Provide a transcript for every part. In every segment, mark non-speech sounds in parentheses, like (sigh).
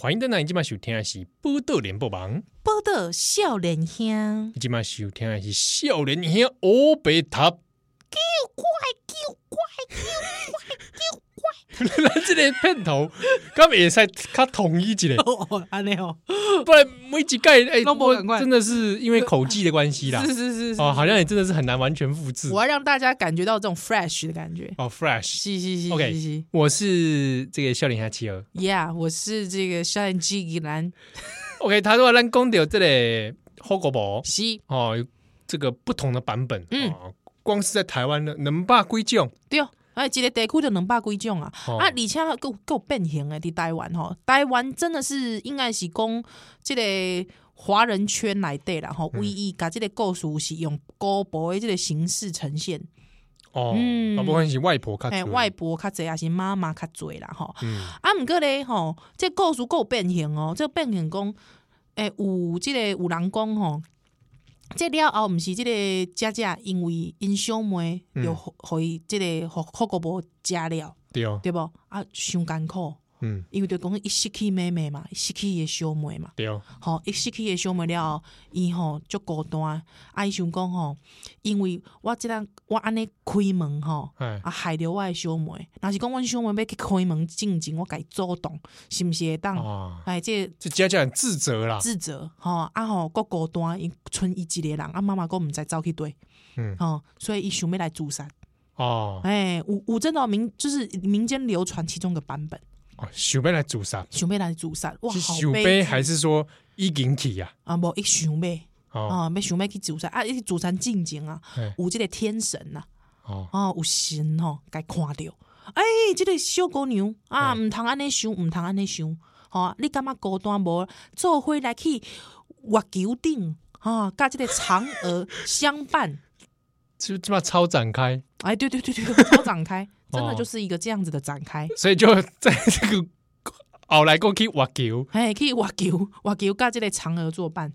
欢迎登来，今晚收听的是《波豆联播网》，报道少年兄，今晚收听的是少年兄欧北塔。咱这个片头，敢会使较统一一点，哦，安尼哦，不然每一届哎，都不赶快我真的是因为口技的关系啦，是是是是，哦，好像也真的是很难完全复制我要让大家感觉到这种 fresh 的感觉。哦，fresh。是是是 OK 是是我是这个笑脸下企鹅，Yeah，我是这个少年机宜兰， ，OK，他说咱讲到这个火锅包是哦，有这个不同的版本，嗯哦，光是在台湾的能霸归种，对。哎，一个地区就两百几种啊！哦啊，而且还够够变形的，伫台湾吼，台湾真的是应该是讲即个华人圈内底啦吼，唯一甲即个故事是用古博的即个形式呈现。哦，嗯大部分是外婆较哎，多，外婆较侪，也是妈妈较侪啦吼。嗯，啊，毋过咧吼，这故事还有变形哦，这变形讲，诶、有即、个有人讲吼，这了后毋是即个姐姐，因为因小妹嗯有互互伊即个互互国无食了，对哦，对无啊，伤艰苦。嗯，因为就讲伊失去妹妹嘛，失去伊的小妹嘛，对哦，吼、伊失去伊的小妹了后，伊吼足孤单，啊，伊想讲吼，因为我即人我安尼开门吼，哎，啊，害着我的小妹。若是讲阮小妹要去开门进前，我家己主动，是毋是会当？啊，哎，这个这家长很自责啦，自责吼、啊吼，个孤单，伊剩伊一个人，啊，妈妈个毋知走去对，嗯吼、所以伊想要来自杀。哦，哎，有有真的民就是民间流传其中的版本，哦想要来自杀，想要来自杀，哇，是好想悲要还剧是说已经去呀？啊，无伊想要。哦，啊，要想要去自杀啊，伊去自杀进前啊嘿，有即个天神呐、哦，啊，有神吼、该看着。哎、即、个小姑娘啊，嘿毋通安尼想，毋通安尼想，吼、你感觉孤单无？做伙来去月球顶，啊，甲即个嫦娥相伴。就这么超展开，哎，对对对对，超展开，真哦的就是一个这样子的展开。所以就在这个后来过去挖球哎，去月球，月球甲即个嫦娥作伴。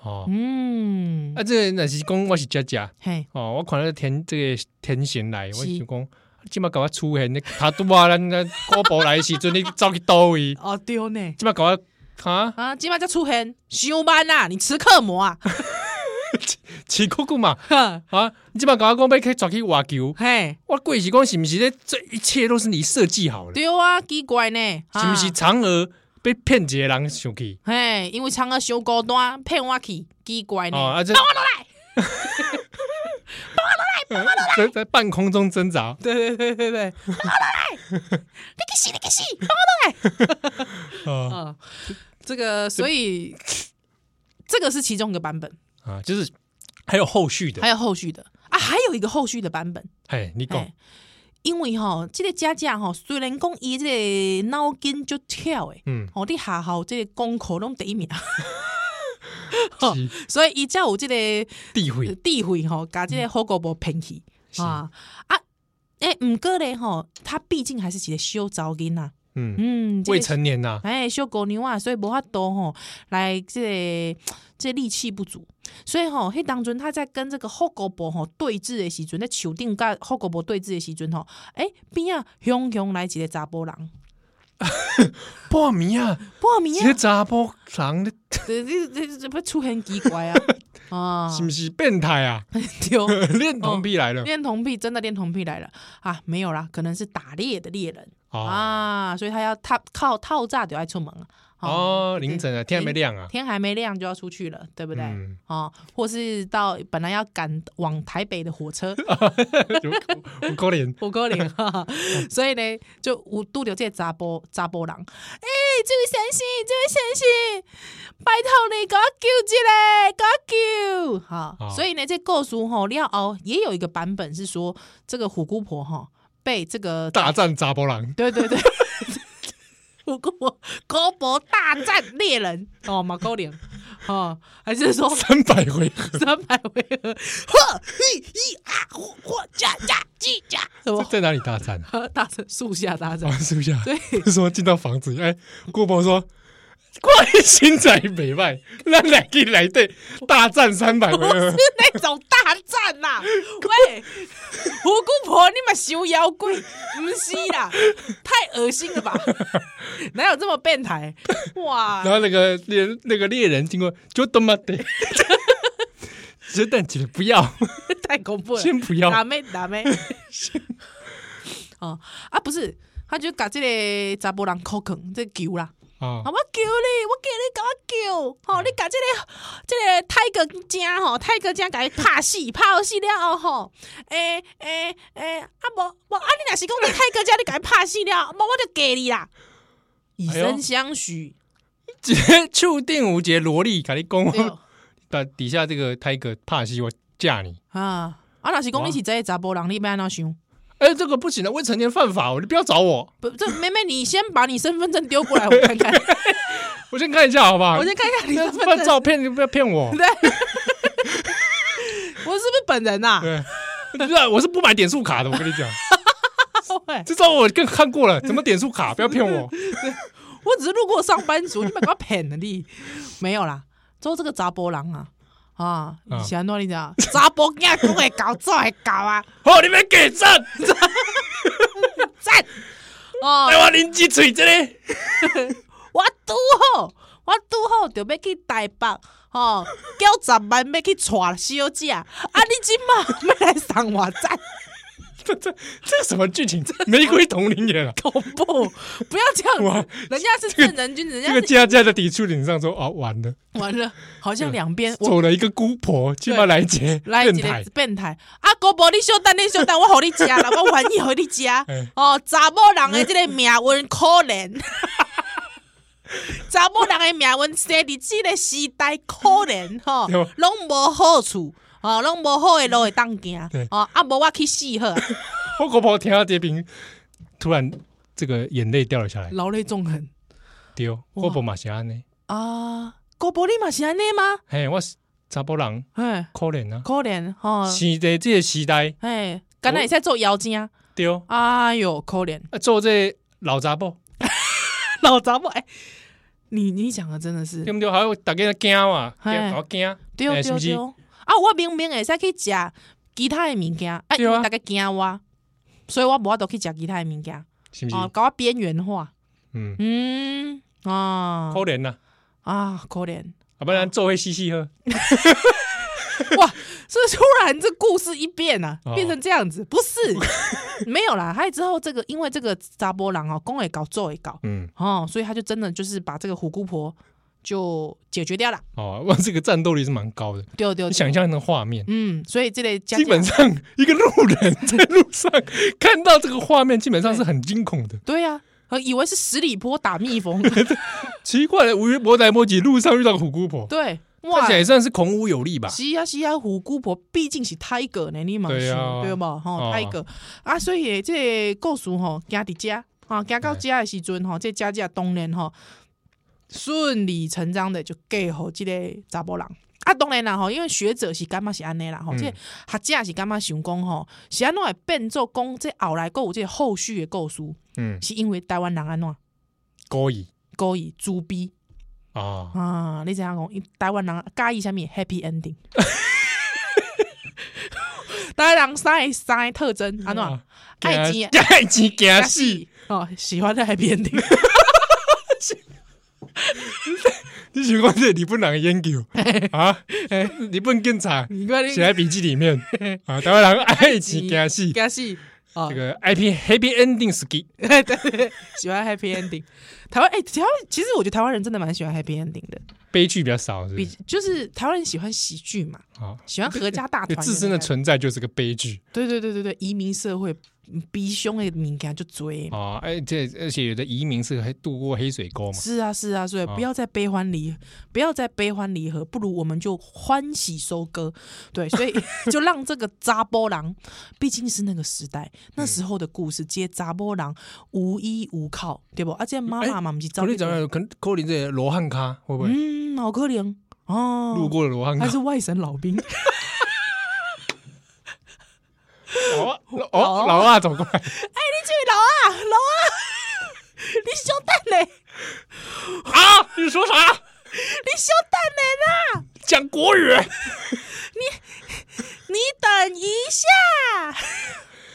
哦。嗯，啊，这那是讲我是姐姐嘿，哦，我看到天这个天神来，我是就讲，即马甲我出现，你他拄啊，咱咱古堡来的时阵，你走去倒位，哦对呢。即马甲我哈，啊，即摆才出现，上班啊，你吃客魔啊！奇酷酷嘛哼啊，你即马甲我讲要去抓去挖球，嘿，我过去讲是毋是咧？这一切都是你设计好的，对啊，奇怪呢，是毋不是？嫦娥被骗一个人上去？嘿，因为嫦娥小孤单，骗我去，奇怪呢。哦啊，这帮我 (laughs) 落来，帮我落来，帮我落来， (laughs) 在半空中挣扎。对对对对对，帮我来，你去死，你去死，帮啊 (laughs) 我来。哦这个，所以这个是其中一个版本，啊，就是还有后续的还，有后续的啊，还有一个后续的版本，哎，你讲嘿，因为吼，这个佳佳吼，虽然讲伊这个脑筋就跳诶，嗯，吼，你下校这个功课拢第一名， (laughs) 哦是所以伊才有这个。地会智慧吼，把这个火锅无骗去是啊啊！诶，毋过咧吼，他毕竟还是一个小查某囡仔，嗯，嗯，这个未成年呐，哎小姑娘啊，所以无法度吼，来这个这个力气不足，所以吼，迄当阵他在跟这个火锅婆吼对峙的时阵，在树顶甲火锅婆对峙的时阵吼，诶边啊雄雄来一个查甫人，半暝啊，半暝这个啊，查甫人咧这这这这不出现奇怪啊啊是，毋是变态 (laughs) 啊？对。恋童癖来 (laughs) 了恋童癖真的恋童癖来了啊，没有啦，可能是打猎的猎人、啊！啊，所以他要他靠套炸就要出门啊。哦，对凌晨啊，天还没亮啊，天还没亮就要出去了，对不对？嗯 (laughs) 哦，或是到本来要赶往台北的火车，有有可怜火锅林，哈 (laughs) 哈所以呢，就有拄着这个查甫查甫人，哎、这位先生，这位先生，拜托你给我救一个，给我救，哈、哦所以呢，这故事吼了后也有一个版本是说，这个虎姑婆哈被这个大战查甫 (laughs) 人， (laughs) 对 (laughs) 对对，我跟我高博大战猎人哦，马高脸哦，还是说三百回合，三百回合， (laughs) 呵，嘿一啊，火火加加鸡加，什这在哪里大战啊？么大战树下大哦 (laughs) 战，，是不是啊？对，不是说进到房子，哎，郭宝 (laughs) 说。快新仔北卖，咱来去来对 (laughs) 大战三百回不合 (laughs) 是，那种大战呐、喂，胡姑哦，你嘛修妖怪，不是啦， (laughs) 太恶心了吧？哪有这么变 (laughs) 态？哇！然后那个猎那个猎人经过，就他妈 (laughs) 的，就等起来不要，太恐怖了，先不要打妹 (laughs) 打妹。哦啊，不是，他就把这个查甫人扣坑，这球啦，啊啊，我救你，我叫你，给我救，吼、嗯你把这个这个泰哥精吼，泰哥精给伊拍死，拍死了后吼，诶诶诶，啊无无啊，你若是讲 (laughs) 你泰哥精，你给伊拍死了，无我就嫁你啦，以哎呦身相许，直接注定无节萝莉，跟你对哦讲， (laughs) 但底下这个 Tiger 怕西我嫁你。 (laughs) 啊。啊，若是讲哇你是这个查甫人，你要安怎想？哎、这个不行的，未成年犯法哦，你不要找我，不，这妹妹，你先把你身份证丢过来，我 (laughs) 看看。我先看一下好不好？我先看一下你身份不然证，照片，你不要骗 (laughs) 我。我是不是本人呐、啊？对，那我是不买点数卡的，我跟你讲， (laughs) 喂这招我更看过了，怎么点数卡？不要骗 (laughs) 我。我只是路过上班族，你们给我骗 (laughs) 了你？没有啦，做这个查甫人啊啊！啊以前哪里讲查甫囝讲会搞，做会搞啊，好，哦你们给赞，赞哦！台湾邻居嘴这里。 (laughs) 我拄好，我拄好就要去台北。哦，交十万要去娶小姐，啊！你即马要来送我赞，这这这什么剧 (laughs) 情？玫瑰同龄人啊！恐怖！不要这样哇子，人家是正人君子，这人个家家是家的抵触顶上说啊，完了，完了，好像两边我走了一个姑婆，今晚来一节来变一个态，变态，啊，姑婆，你小等，你小等，我互你食 (laughs) 啦，我愿意互你食哎。哦，查某人的即个命运可怜， (laughs) 查某人的命运生伫即个时代可怜吼对，拢无好处，哦，拢无好的路会当行对，哦，啊，无我去死呵， (laughs) 我姑婆听到这边，突然这个眼泪掉了下来。劳累纵横丢，我婆嘛是安尼，啊，姑婆你嘛是安尼吗？嘿，我是查甫人，嘿，可怜啊，可怜吼，生在这个时代嘿，敢若会使做妖精，啊丢，哎哟，可怜。啊做这老查甫，老杂某，哎、你你讲的真的是对不对？还有大家惊嘛，嘿惊我惊，对哎对是不对是？啊！我明明会使去食其他的物件，啊，对因啊为大家惊我，所以我无法度去食其他的物件，是不是？哦，搞我边缘化，嗯，嗯啊可怜呐，啊，可怜！啊不然做会嘻嘻哦呵，是不是突然这故事一变啊哦，变成这样子，不是 (laughs) 没有啦。还之后这个，因为这个查波郎哦，公也搞，做也搞，嗯，哦，所以他就真的就是把这个虎姑婆就解决掉了。哦，哇，这个战斗力是蛮高的，对对你对，想象那画面。嗯，所以这类基本上，一个路人在路上 (laughs) 看到这个画面，基本上是很惊恐的。对呀、啊，以为是十里坡打 (laughs) 蜜蜂，奇怪的，无缘无来莫及，路上遇到个虎姑婆，对，看哇起，来也算是孔武有力吧？是啊是啊，虎姑婆毕竟是 tiger 呢，你嘛对是啊对嘛吼哦 tiger 啊，所以这个故事吼，行伫遮吼，行到遮的时阵吼，这家家当然吼顺理成章的就嫁互即个查某人。啊，当然啦吼，因为学者是感觉是安尼啦吼，嗯即、个学者是感觉想讲吼，是安怎会变做讲这后来还有这个后续的故事，嗯，是因为台湾人安怎高以故意自卑。啊，啊，你知影讲？因台湾人介意啥物 happy ending？台湾人三个三个特征，安怎啊爱情惊 (laughs) 爱情惊死，哦，喜欢的 happy (laughs) ending，你喜欢这日本人的研 (laughs) 究啊？日本警察你看你写在笔记里 (laughs) 面啊，台湾人爱情惊死，惊死哦这，个 IP Happy Ending Ski 对对 (laughs) 对，喜欢 happy ending。台湾哎，台湾其实我觉得台湾人真的蛮喜欢 happy ending 的，悲剧比较少，是不比是？就是台湾人喜欢喜剧嘛，啊，喜欢合家大就团自圆身的感觉，存在就是个悲剧对对对对对，移民社会逼凶的物件就追。啊，而且而且有的移民是还渡过黑水沟嘛，是啊，是啊，所以哦不要再悲欢离，不要再悲欢离合，不如我们就欢喜收割。对，(laughs) 所以就让这个查波郎，毕竟是那个时代，那时候的故事，接查波郎无依无靠，对不？而且妈妈嘛，不是找可能讲到可能可能这个罗汉咖会不会嗯，好可怜路哦，过了罗汉咖还？是外省老兵， (laughs) 哎哦哦，老二走过来，这位老啊老啊， (laughs) 你小蛋嘞，啊，你说啥？你小蛋嘞啦，讲国语， (laughs) 你等一下。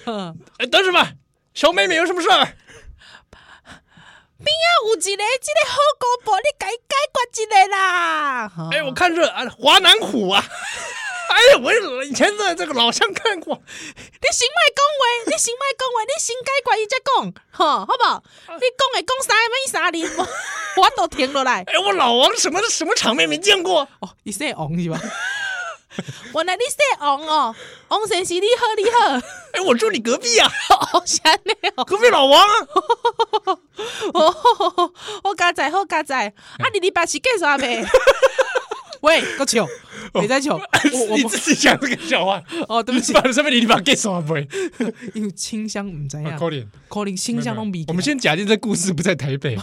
嗯等哎什么？小妹妹有什么事啊儿？有一个这个好姑婆，你该解决一个啦。哎，我看这啊，华南虎啊！ (laughs) 哎呀，我以前在这个老乡看过，你先莫讲话，你先莫讲话，你先解决伊才讲，吼，好不好？啊你讲的讲啥物啥哩，我 (laughs) 我都停落来。哎，我老王什么什么场面没见过？哦，伊说王是吧？ (laughs) 原来你说王哦，王先生你好， (laughs) 你哎，我住你隔壁 (laughs) 啊，好，哦，是安尼哦，隔壁老王啊。哦，好加载，好加载，啊，你礼拜是干 (laughs) 啥呗？喂，够笑，你在笑，我我哦你不自己讲这个笑 (laughs) 话，哦，对不起你，把上面你把 get 什么不会？因为清香唔知啊影可，怜，可能清香拢比我们先假定这故事不在台 (laughs) 北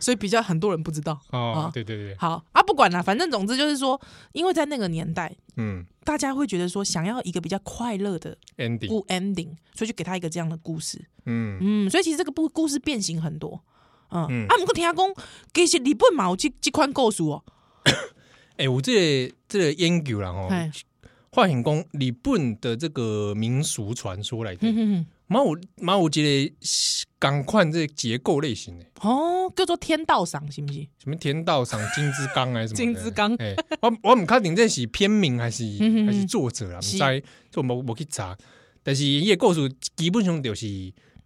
所以比较很多人不知道。哦啊。对对对，好啊，不管了，反正总之就是说，因为在那个年代，嗯大家会觉得说想要一个比较快乐的，ending，故 ending，所以就给他一个这样的故事。嗯，嗯，所以其实这个故故事变形很多。嗯，嗯啊，不过听讲，其实日本嘛有这这款故事哦。哎，我这这个研究啦吼，哎，发现讲日本的这个民俗传说来的，嗯嗯嘛有嘛有一个赶快这个结构类型的。嗯，哦，叫做天道赏，是不是？什么田道赏金之刚还是什么的？金之刚哎、我我唔确定这是片名还是嗯哼哼还是作者啦，唔是知，所以我我去查。但是伊的故事基本上就是，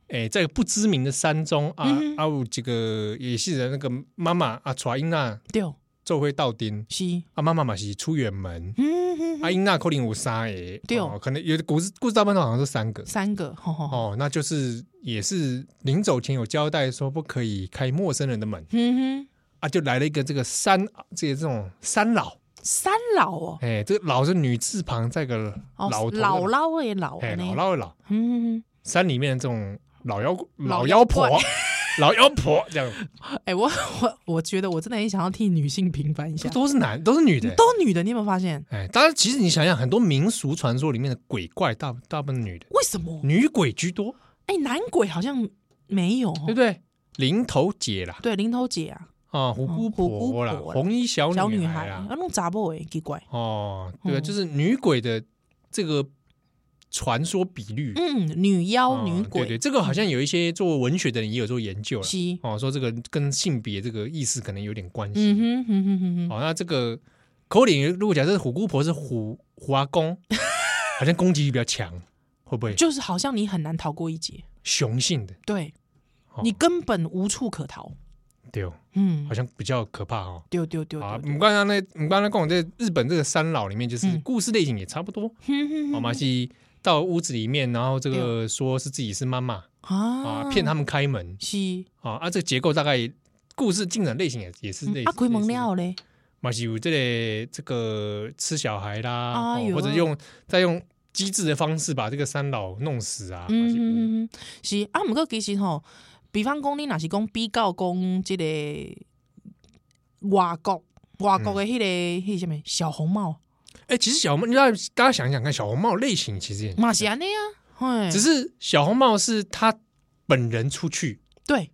诶、在不知名的山中啊、嗯哼啊有这个也是那个妈妈啊，带英娜对，哦做会到丁是，啊，妈妈嘛是出远门，嗯嗯，啊英娜可能有三个，对哦，可能有的故事故事大半都好像是三个。三个，吼吼吼，哦，那就是也是临走前有交代说不可以开陌生人的门，嗯哼，啊，就来了一个这个三这个这种三老，三老哦，哎、这个老是女字旁再个哦，老头的老，老也老哎、呢，老老的老，嗯，嗯山里面这种老妖老老妖妖婆怪，老妖婆这样，嗯哎，我我我觉得我真的很想要替女性平反一下这，都是男都是女的、都女的，你有没有发现？哎、当然，其实你想想，很多民俗传说里面的鬼怪大大部分是女的，为什么？女鬼居多，哎，男鬼好像没有哦，对不对？零头姐啦，对，零头姐啊，啊，虎姑嗯虎婆姑啦，婆红衣小小女女孩孩啦啊，，弄杂波哎，奇怪。哦，对啊，嗯就是女鬼的这个传说比率，嗯，女妖、哦女鬼，对对，这个好像有一些做文学的人也有做研究了。西，哦，说这个跟性别这个意思可能有点关系。嗯哼哼哼哼哼，哦，那这个口里如果假设是虎姑婆是虎虎阿 (laughs) 公，好像攻击力比较强，会不会就是好像你很难逃过一劫，雄性的？对哦你根本无处可逃。对哦，嗯好，像比较可怕哦。丢丢丢啊，丢，我们刚才那我们刚才讲这日本这个三老里面，就是嗯故事类型也差不多。哼哼哦，哼马哼西到屋子里面，然后这哦个说是自己是妈妈啊，啊骗他们开门是啊啊，这个结构大概故事进展类型也也是类嗯啊，似开门类似了嘞，嘛是有这类这个吃小孩啦，哎哦呦或者用再用机智的方式把这个三老弄死啊，嘛是有嗯嗯嗯，是啊，毋过其实吼，比方讲你若是讲比较讲即个外国外国的迄个嗯迄什物小红帽，哎、其实小红帽，你让大家想一想看，小红帽类型其实也嘛是安尼啊，嘿只是小红帽是他本人出去，对，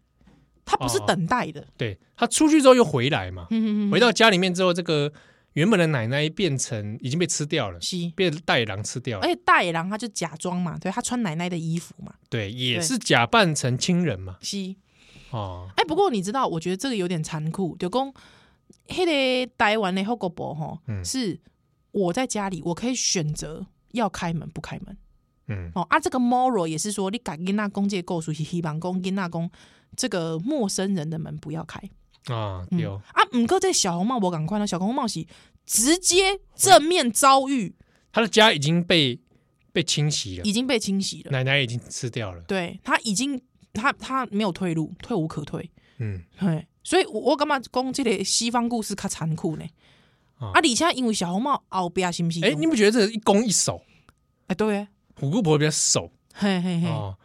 他不是哦等待的，对他出去之后又回来嘛，嗯嗯嗯，回到家里面之后，这个原本的奶奶变成已经被吃掉了，是。被带狼吃掉了而，且大野狼他就假装嘛，对他穿奶奶的衣服嘛，对，也对是假扮成亲人嘛，是。哦，哎，不过你知道，我觉得这个有点残酷，就讲迄个台湾的后国博吼，嗯是我在家里，我可以选择要开门不开门嗯，哦。啊，这个 moral 也是说，你敢跟那公借构出去，希望公跟那公这个陌生人的门不要开。啊，嗯有、啊，唔过这小红帽我赶快了，小红帽是直接正面遭遇，他的家已经被被清洗了，已经被清洗了，奶奶已经吃掉了，对他已经他他没有退路，退无可退。嗯，嘿，所以我我感觉讲这个西方故事较残酷呢。啊啊，而且因为小红帽后壁是不是有？哎、你不觉得这个一攻一守，哎对耶，虎姑婆比较守嘿嘿嘿，啊哦？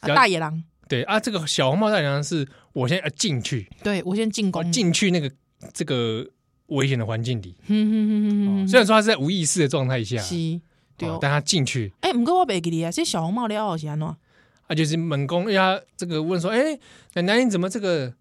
大野狼，对啊，这个小红帽大娘是我先要进去，对我先进我攻，哦进去那个这个危险的环境里。哼哼哼哼哦哼，虽然说他是在无意识的状态下，嗯是，对哦哦。但他进去，哎，不过我袂记得啊，这小红帽了后是安怎？他就是猛攻，因为他这个问说：“哎、奶奶你怎么这个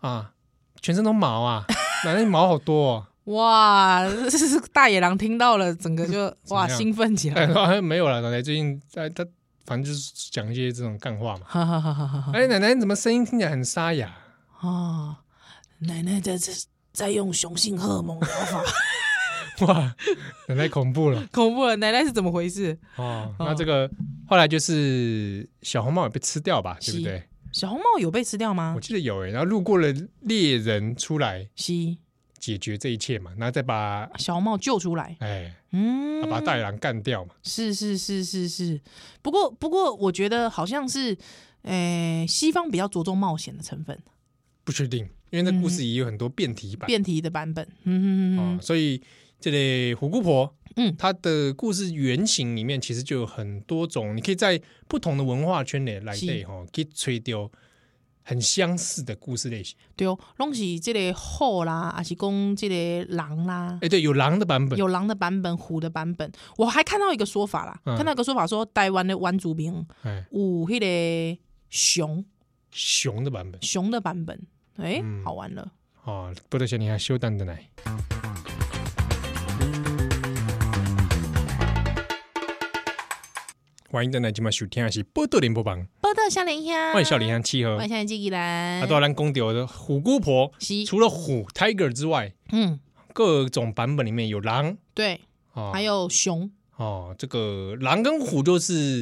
啊，全身都毛 (laughs) 啊？奶奶你毛好多、哦。”哇，这是大野狼听到了，整个就 (laughs) 怎么哇样兴奋起 (laughs) 哎，来。说哎没有了，奶奶最近哎，她反正就是讲一些这种干话嘛。哈哈哈哈哈哈！ (laughs) 哎、奶奶你怎么声音听起来很沙哑？ (laughs) 啊，奶奶在这在用雄性荷尔蒙疗法，哇，奶奶恐怖了 (laughs) 恐怖了！奶奶是怎么回事？哦。那这个后来就是小红帽也被吃掉吧，对不是啊对？小红帽有被吃掉吗我？记得有诶、欸然后路过了猎人出来西解决这一切嘛，然后再把小红帽救出来，哎、嗯，把大野狼干掉嘛。是是是是是，不过不过，我觉得好像是，诶、西方比较着重冒险的成分，不确定，因为那故事嗯也有很多变体版辩题的版本，嗯啊、嗯所以这类虎姑婆，嗯她的故事原型里面其实就有很多种，你可以在不同的文化圈内来对是哈，可以吹丢很相似的故事类型。嗯，对哦，拢是这个虎啦，还是讲这个狼啦哎、，对，有狼的版本，有狼的版本，虎的版本，我还看到一个说法啦，嗯看到一个说法说台湾的原住民哎，有迄个熊熊的版本熊的版本，诶、嗯好玩了，啊，不得小你还修蛋的奶。欢迎再来今晚收听的是《波多连播榜》，报道少年兄，万笑林香七和啊万，少年纪兰阿，多兰公屌的虎姑婆，是，除了虎 tiger 之外，嗯，各种版本里面有狼对，哦，还有熊，哦，这个狼跟虎就是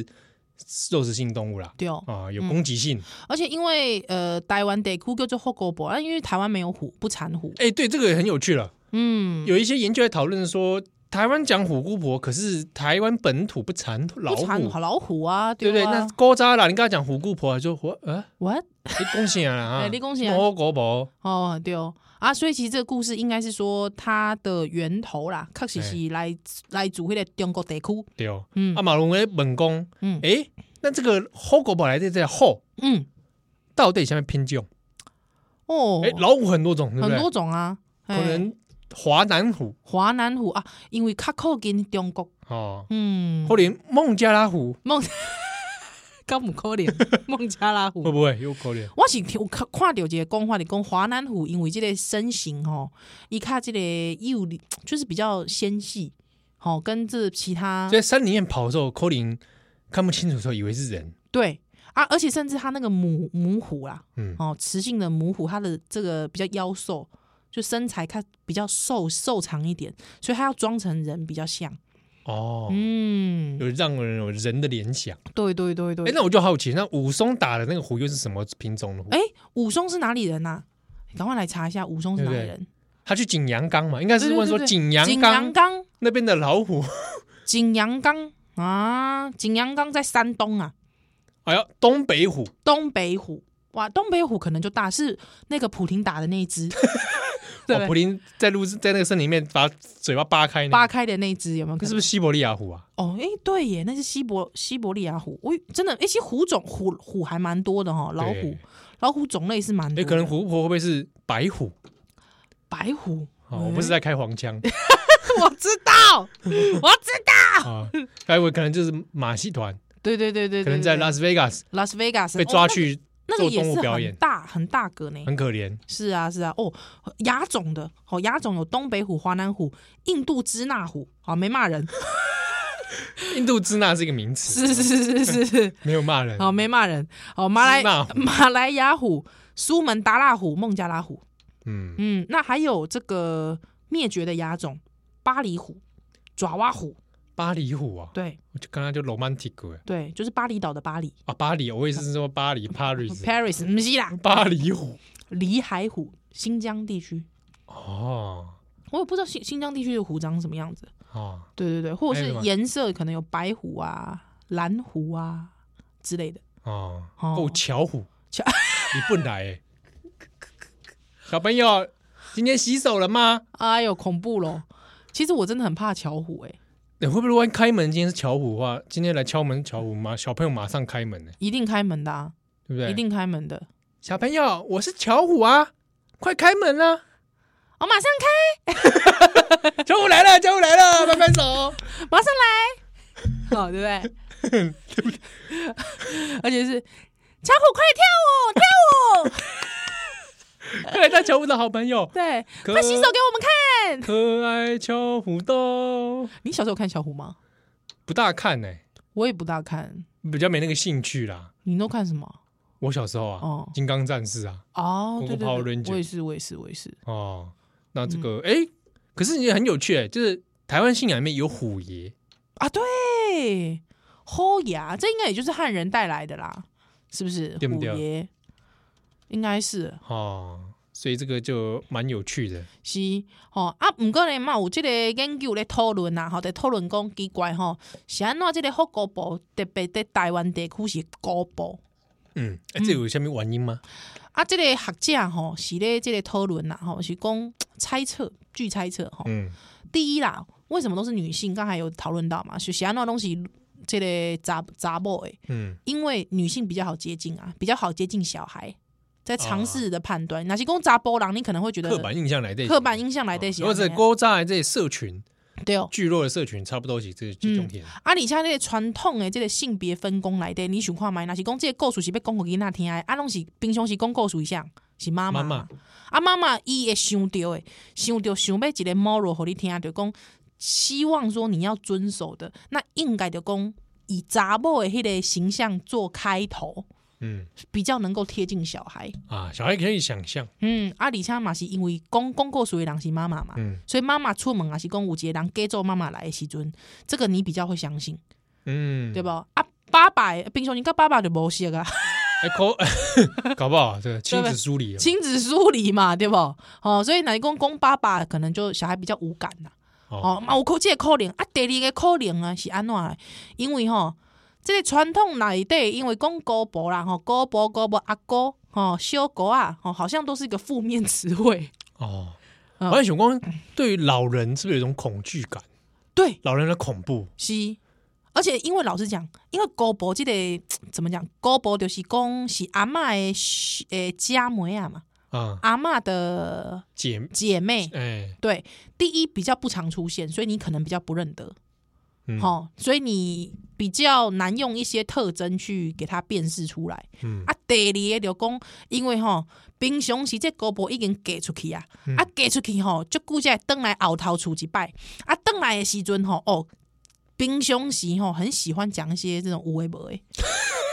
肉食性动物啦，对哦。啊、有攻击性。而且因为呃，台湾地区叫做虎狗博，啊，因为台湾没有虎，不产虎。哎、对，这个也很有趣了。嗯，有一些研究在讨论说，台湾讲虎姑婆，可是台湾本土不产老不产虎，虎老虎啊，对不对？啊那高渣啦，你刚才讲虎姑婆，就我呃， (laughs) what 你恭喜啊啊， (laughs) 哎你讲啥虎姑婆，哦，对哦啊，所以其实这个故事应该是说它的源头啦，确实是来、来自迄个中国地区。对哦。嗯、啊，马龙诶，本宫，嗯嗯，哎、那这个虎姑婆来这这后嗯，到底下面偏重？哦，哎、老虎很多种，对不很对？多种啊，可哎能华南虎华南虎啊，因为较靠近中国，哦，嗯，或者孟加拉虎孟 (laughs) 敢有可能孟加拉 (laughs) 虎会。不会有可能？我是听有看看到一个讲法，你讲华南虎因为这个身形吼，伊较这个幼力就是比较纤细，吼，跟这其他在山里面跑的时候，柯林看不清楚的时候，以为是人。对啊，而且甚至它那个母母虎啦，嗯，哦，雌性的母虎，它的这个比较妖瘦，就身材它比较瘦瘦长一点，所以它要装成人比较像。哦，嗯，有让人有人的联想。对对对对。哎，那我就好奇，那武松打的那个虎又是什么品种的虎哎？武松是哪里人呐、赶快来查一下武松是哪里人。他去景阳冈嘛，应该是问说对对对对景阳景阳冈冈，那边的老虎。景阳冈啊，景阳冈在山东啊。哎呦，东北虎，东北虎，哇，东北虎可能就大，是那个普廷打的那一只， (laughs) 对哇，哦普林在路在那个森林里面把嘴巴扒开呢，扒开的那一只有没有那可能？是不是西伯利亚虎啊？哦，哎、对耶，那是西伯西伯利亚虎，我真的，哎、其实虎种虎虎还蛮多的哈、老虎对老虎种类是蛮多哎，的，可能虎姑婆会不会是白虎？白虎， (laughs) 哦，我不是在开黄 (laughs) 腔我知 (laughs) 道，我知道，啊，该不会可能就是马戏团，对对对对对可能在拉斯维加斯拉斯维加斯被抓、去哦那个做那个也动物是表演很，大很大个呢，很可怜。是啊是啊，哦，亚种的，哦，亚种有东北虎、华南虎、印度支那虎，好、没骂人，印度支那是一个名词，是是是是是。没有骂人。好，没骂人。好，马来支那虎马来亚虎、苏门答腊虎、孟加拉虎，嗯，嗯，那还有这个灭绝的亚种巴黎虎、爪哇虎，巴黎虎啊，对我就刚刚就 romantic 哎对，就是巴厘岛的巴黎啊，巴黎，我也是说巴黎 (laughs) Paris， （Paris），不是啦，巴黎虎里海虎，新疆地区。哦我也不知道新新疆地区的虎长什么样子，哦，对对对，或还者有是什么颜色可能有白虎啊、蓝虎啊之类的。哦，哦够巧虎，巧你不来欸，小朋友，今天洗手了吗？哎呦，恐怖咯！其实我真的很怕巧虎、欸，你会不会万一开门？今天是巧虎的话，今天来敲门巧虎马小朋友马上开门呢，一定开门的、啊，对不对？一定开门的。小朋友，我是巧虎啊，快开门啦！ (laughs) 我哦马上开。巧虎来了，巧虎来了， (laughs) 拍拍手。马上来，哦，对 (laughs) 不对？而且是巧虎，快跳舞，跳舞，快来当巧虎的好朋 (laughs) 友，对，可快洗手给我们看。可爱巧虎豆。你小时候看巧虎吗？不大看呢、欸我也不大看，比较没那个兴趣啦。你都看什么？我小时候啊，哦金刚战士》啊，哦，我对跑对对， Ranger 我也是，我也是，我也是。哦，那这个嗯哎、诶可是也很有趣哎、就是台湾信仰里面有虎爷，啊，对，豁牙，这应该也就是汉人带来的啦，是不是？对不对虎爷应该是哦，所以这个就蛮有趣的。是吼啊，毋过呢嘛有即个研究咧讨论啦，吼在讨论讲奇怪吼，是安怎即个福国部特别伫台湾地区是高部嗯，诶这有下面原因吗？啊，即、个学者吼是咧即个讨论啦，吼是讲猜测，据猜测吼，嗯，第一啦，为什么都是女性？刚才有讨论到嘛，就是安怎拢是即个查查某诶。嗯，因为女性比较好接近啊，比较好接近小孩，在尝试的判断。哪些公查波郎，你可能会觉得哦刻板印象来哦的，刻板印象来的或者过勾在这些社群对哦。聚落的社群，差不多是这这种天。啊，你像那个传统的这个性别分工来的，你想看吗？哪是讲这个故事是要讲给囡仔听的，啊，拢是平常是讲故事一项，是妈妈妈妈嘛。啊，妈妈伊会想到的，想到想要一个 moral 互你听，就讲希望说你要遵守的，那应该就讲以查某的迄个形象做开头，嗯比较能够贴近小孩。啊，小孩可以想象，嗯，啊，而且嘛是因为讲讲故事的人是妈妈嘛，嗯所以妈妈出门也是讲有一个人假做妈妈来的时阵，这个你比较会相信，嗯，对不？？啊，爸爸的，平常人跟爸爸就无熟啊，哎，搞 (laughs) 搞不好这个亲子梳理哦， (laughs) 亲子梳理嘛，对不？哦，所以哪讲讲爸爸，可能就小孩比较无感呐、哦，哦，嘛有可这个可能啊，第二个可能啊是安怎的？因为吼，这个传统内底，因为讲姑婆啦，吼，姑婆、姑婆、阿姑，吼，小姑啊，吼，好像都是一个负面 (laughs) 词汇。哦，嗯好像熊光对于老人是不是有一种恐惧感？对，老人的恐怖，是，而且因为老实讲，因为姑婆这个怎么讲，姑婆就是讲是阿嬷的嘘诶家妹啊嘛，啊，阿嬷的姐，姐妹。哎，对，第一比较不常出现，所以你可能比较不认得，嗯哦，所以你比较难用一些特征去给它辨识出来。嗯啊，第二个就讲，因为吼、平常时这姑婆已经嫁出去啊，啊嫁出去吼、就顾会登来后头厝一摆，啊登来的时阵吼、哦，平常时吼、很喜欢讲一些这种有诶无诶，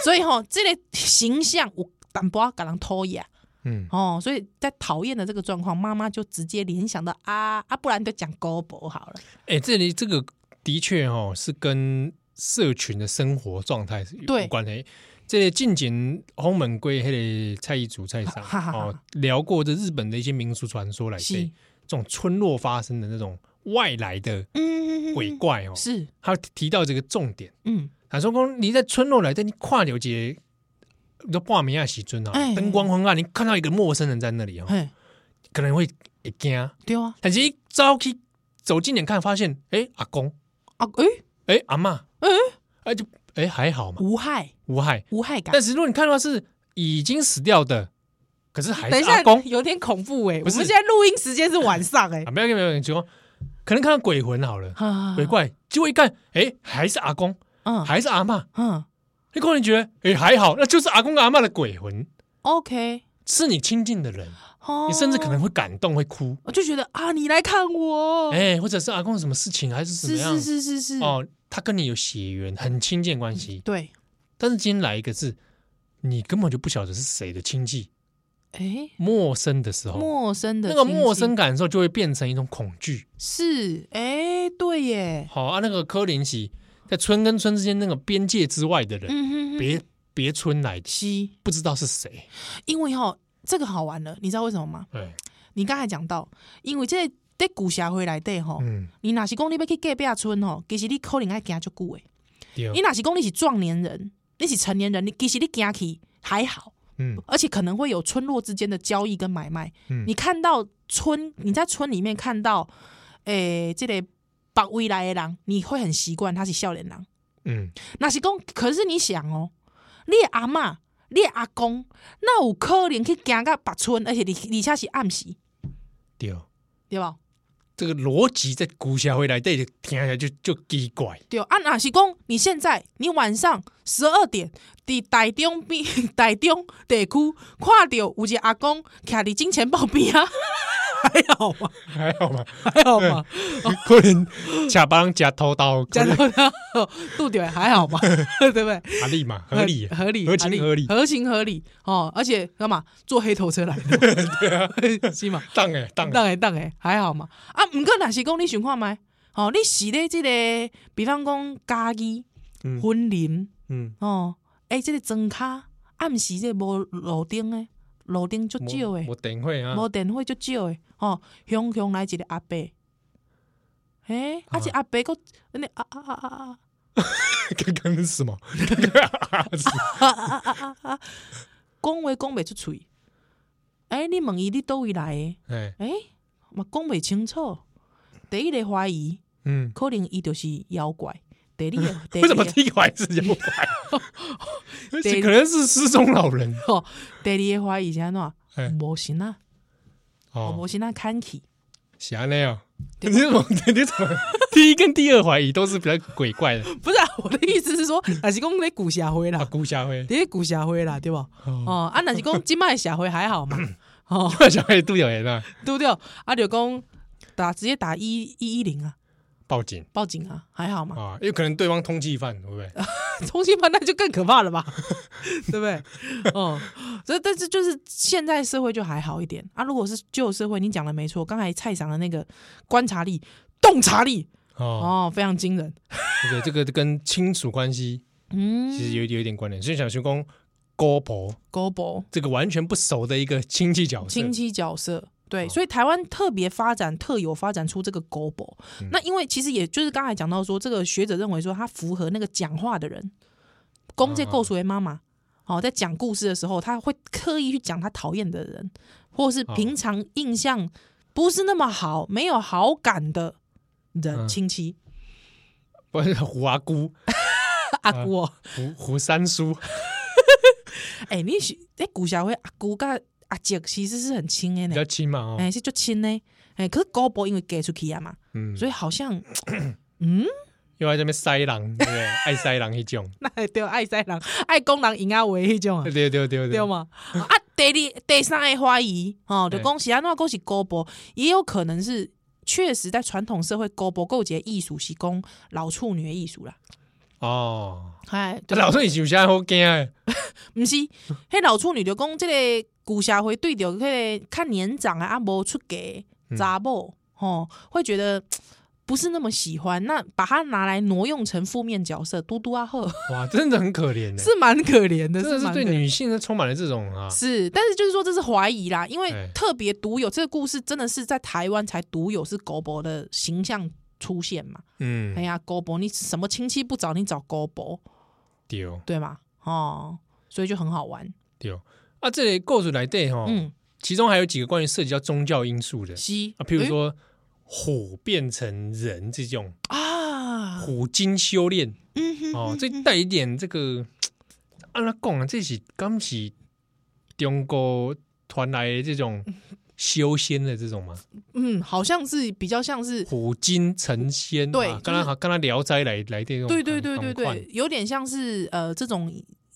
所以吼、这个形象有淡薄仔给人讨厌嗯，哦，所以在讨厌的这个状况，妈妈就直接联想到啊啊，不然就讲姑婆好了，哎，这里这个的确哦，是跟社群的生活状态是有对关的。这个近前红门龟迄个蔡一祖蔡上哈哈哈哦聊过这日本的一些民俗传说来对是这种村落发生的那种外来的嗯，鬼怪哦，是他提到这个重点。嗯他说：“讲你在村落来，但你跨流节都半暝啊时阵啊，哎灯光昏暗，你看到一个陌生人在那里哦，嘿可能会会惊。对啊但是一早起走近点看，发现哎、阿公，啊诶、哎、阿妈，哎哎、就哎、还好嘛，无害无害。无害感但。是如果你看到是已经死掉的，可是还等一是下阿公，有点恐怖哎、不我们是现在录音时间是晚上哎、 (laughs) 啊，不要跟别人说，可能看到鬼魂好了，啊鬼，怪，结果一看，哎、还是阿公，嗯还是阿妈，嗯你可能觉得哎、还好，那就是阿公跟阿妈的鬼魂， ，OK，是你亲近的人。”哦你甚至可能会感动，会哭，我就觉得啊，你来看我，哎、或者是阿公有什么事情，还是怎么哦是样？是是是是，哦，他跟你有血缘，很亲近关系。对，但是今天来一个是，你根本就不晓得是谁的亲戚，哎，陌生的时候，陌生的哦那个亲戚陌生感受就会变成一种恐惧。是哎，对耶，好、啊，那个柯林喜在村跟村之间那个边界之外的人，嗯哼哼，别别村来的，是，不知道是谁。因为哈、这个好玩了，你知道为什么吗？哎，你刚才讲到，因为这在古峡回来的吼，嗯，你若是讲你要去隔壁村吼，其实你可能爱行足久诶。对，哦你若是讲你是壮年人，你是成年人，你其实你行去还好，嗯而且可能会有村落之间的交易跟买卖。嗯你看到村，你在村里面看到，诶、这个北未来的人，你会很习惯他是少年人。嗯，那是讲，可是你想哦，你的阿嬷、你的阿公，那有可能去行到北村，而且你而且是暗时，对，哦对吧？这个逻辑在古社会来对，就听起来就就奇怪。对啊，那是讲你现在你晚上十二点，伫台中边台中地区看到有一个阿公徛伫金钱豹边啊，还好吗？还好吧？还好吗？ (laughs) 可能假帮假偷刀，讲可能到他度点还 (laughs) 好吗？对不对？合理嘛，合理，合理，合情合理合情合理哦。而且干嘛坐黑头车来 (laughs) 的？对啊， (laughs) 是嘛？当哎当当诶当诶，还好嘛。啊，毋过若是讲你想看觅吼、你是咧即、个，比方讲家己嗯婚林嗯，吼，诶、即、个装卡啊暗时即个无路灯诶，路灯足少诶，我等会啊，无电费足少诶，吼、雄雄来一个阿伯，诶、啊，啊这阿伯佫那啊啊啊啊 (laughs) 刚刚是什么？ (laughs) 刚刚啊是啊啊啊啊啊啊，讲话讲袂出喙。诶、你问伊你倒位来诶？哎诶、嘛讲袂清楚，第一个怀疑。嗯，可能伊就是妖怪。第二 (laughs) 个，第为二什么个，第一怀是妖怪？是 (laughs) 可能是失踪老人吼，第二个怀疑是安嘿怎？无神啊，哎哦，无神啊，看起。是安尼哦。对你怎么？你怎么？第一跟第二怀疑都是比较鬼怪的 (laughs) 不是啊，我的意 (laughs) 思是说，若是讲咧古社会啊，啦，孤侠会。咧古社会啦，对无哦，哦，啊，若是讲即摆的社会 (laughs) 还好嘛，哦，小黑杜有人啊，对不对？啊，就讲打直接打一一一零啊，报警报警啊，还好嘛。 (laughs) 啊，有可能对方通缉犯，对不对？重新判那就更可怕了吧， (laughs) 对不对？哦，所以但是就是现在社会就还好一点啊。如果是旧社会，你讲的没错，刚才蔡赏的那个观察力、洞察力哦，哦，非常惊人。对，这个跟亲属关系其嗯，实有有一点关联，所以小熊公姑婆高博这个完全不熟的一个亲戚角色，亲戚角色。对，哦所以台湾特别发展、特有发展出这个狗博、嗯那因为其实也就是刚才讲到说，这个学者认为说，他符合那个讲话的人，公介啊构属为妈妈嗯哦，在讲故事的时候，他会刻意去讲他讨厌的人，或是哦平常印象不是那么好、没有好感的人嗯亲戚、不是胡阿姑、阿姑、哦。胡胡三叔，哎、你是哎古小辉阿姑跟阿姐其实是很亲的比呢较，亲嘛哦哎、，是就亲呢。哎、可是高博因为嫁出去啊嘛，嗯，所以好像嗯。又在这边塞狼， (laughs) 对不对？爱塞狼一种，那对爱塞人、 (laughs) 爱讲人赢啊为迄种啊对，对对对对对，吗？啊，第二、第三个怀疑，哦，就对讲是安怎讲是高博，也有可能是确实在传统社会高博构结艺术是讲老处女的艺术啦。哦，哎，这老孙以前有啥好惊啊的？毋是，迄老处女就讲即个古社会对着迄个较年长啊啊无出嫁的嗯查某吼，会觉得。嘖不是那么喜欢，那把它拿来挪用成负面角色，嘟嘟啊呵，哇，真的很可怜的，是蛮可怜真的，的是是蛮对可怜女性是充满了这种啊，是，但是就是说这是怀疑啦，因为哎特别独有这个故事，真的是在台湾才独有是狗博的形象出现嘛？哎嗯，呀，狗博你什么亲戚不找你找狗博，丢对吗？哦，所以就很好玩。丢啊，这里构筑来对哈，嗯，其中还有几个关于涉及到宗教因素的西啊，譬如说火变成人这种哎啊，虎精修炼嗯哼哦，这嗯哼带一点这个，按他讲啊，这是刚是中国传来的这种修仙的这种嘛，嗯，好像是比较像是，虎精成仙，呃对啊就是刚刚好，刚刚聊斋来来这种，对对对对赶快对，，有点像是呃这种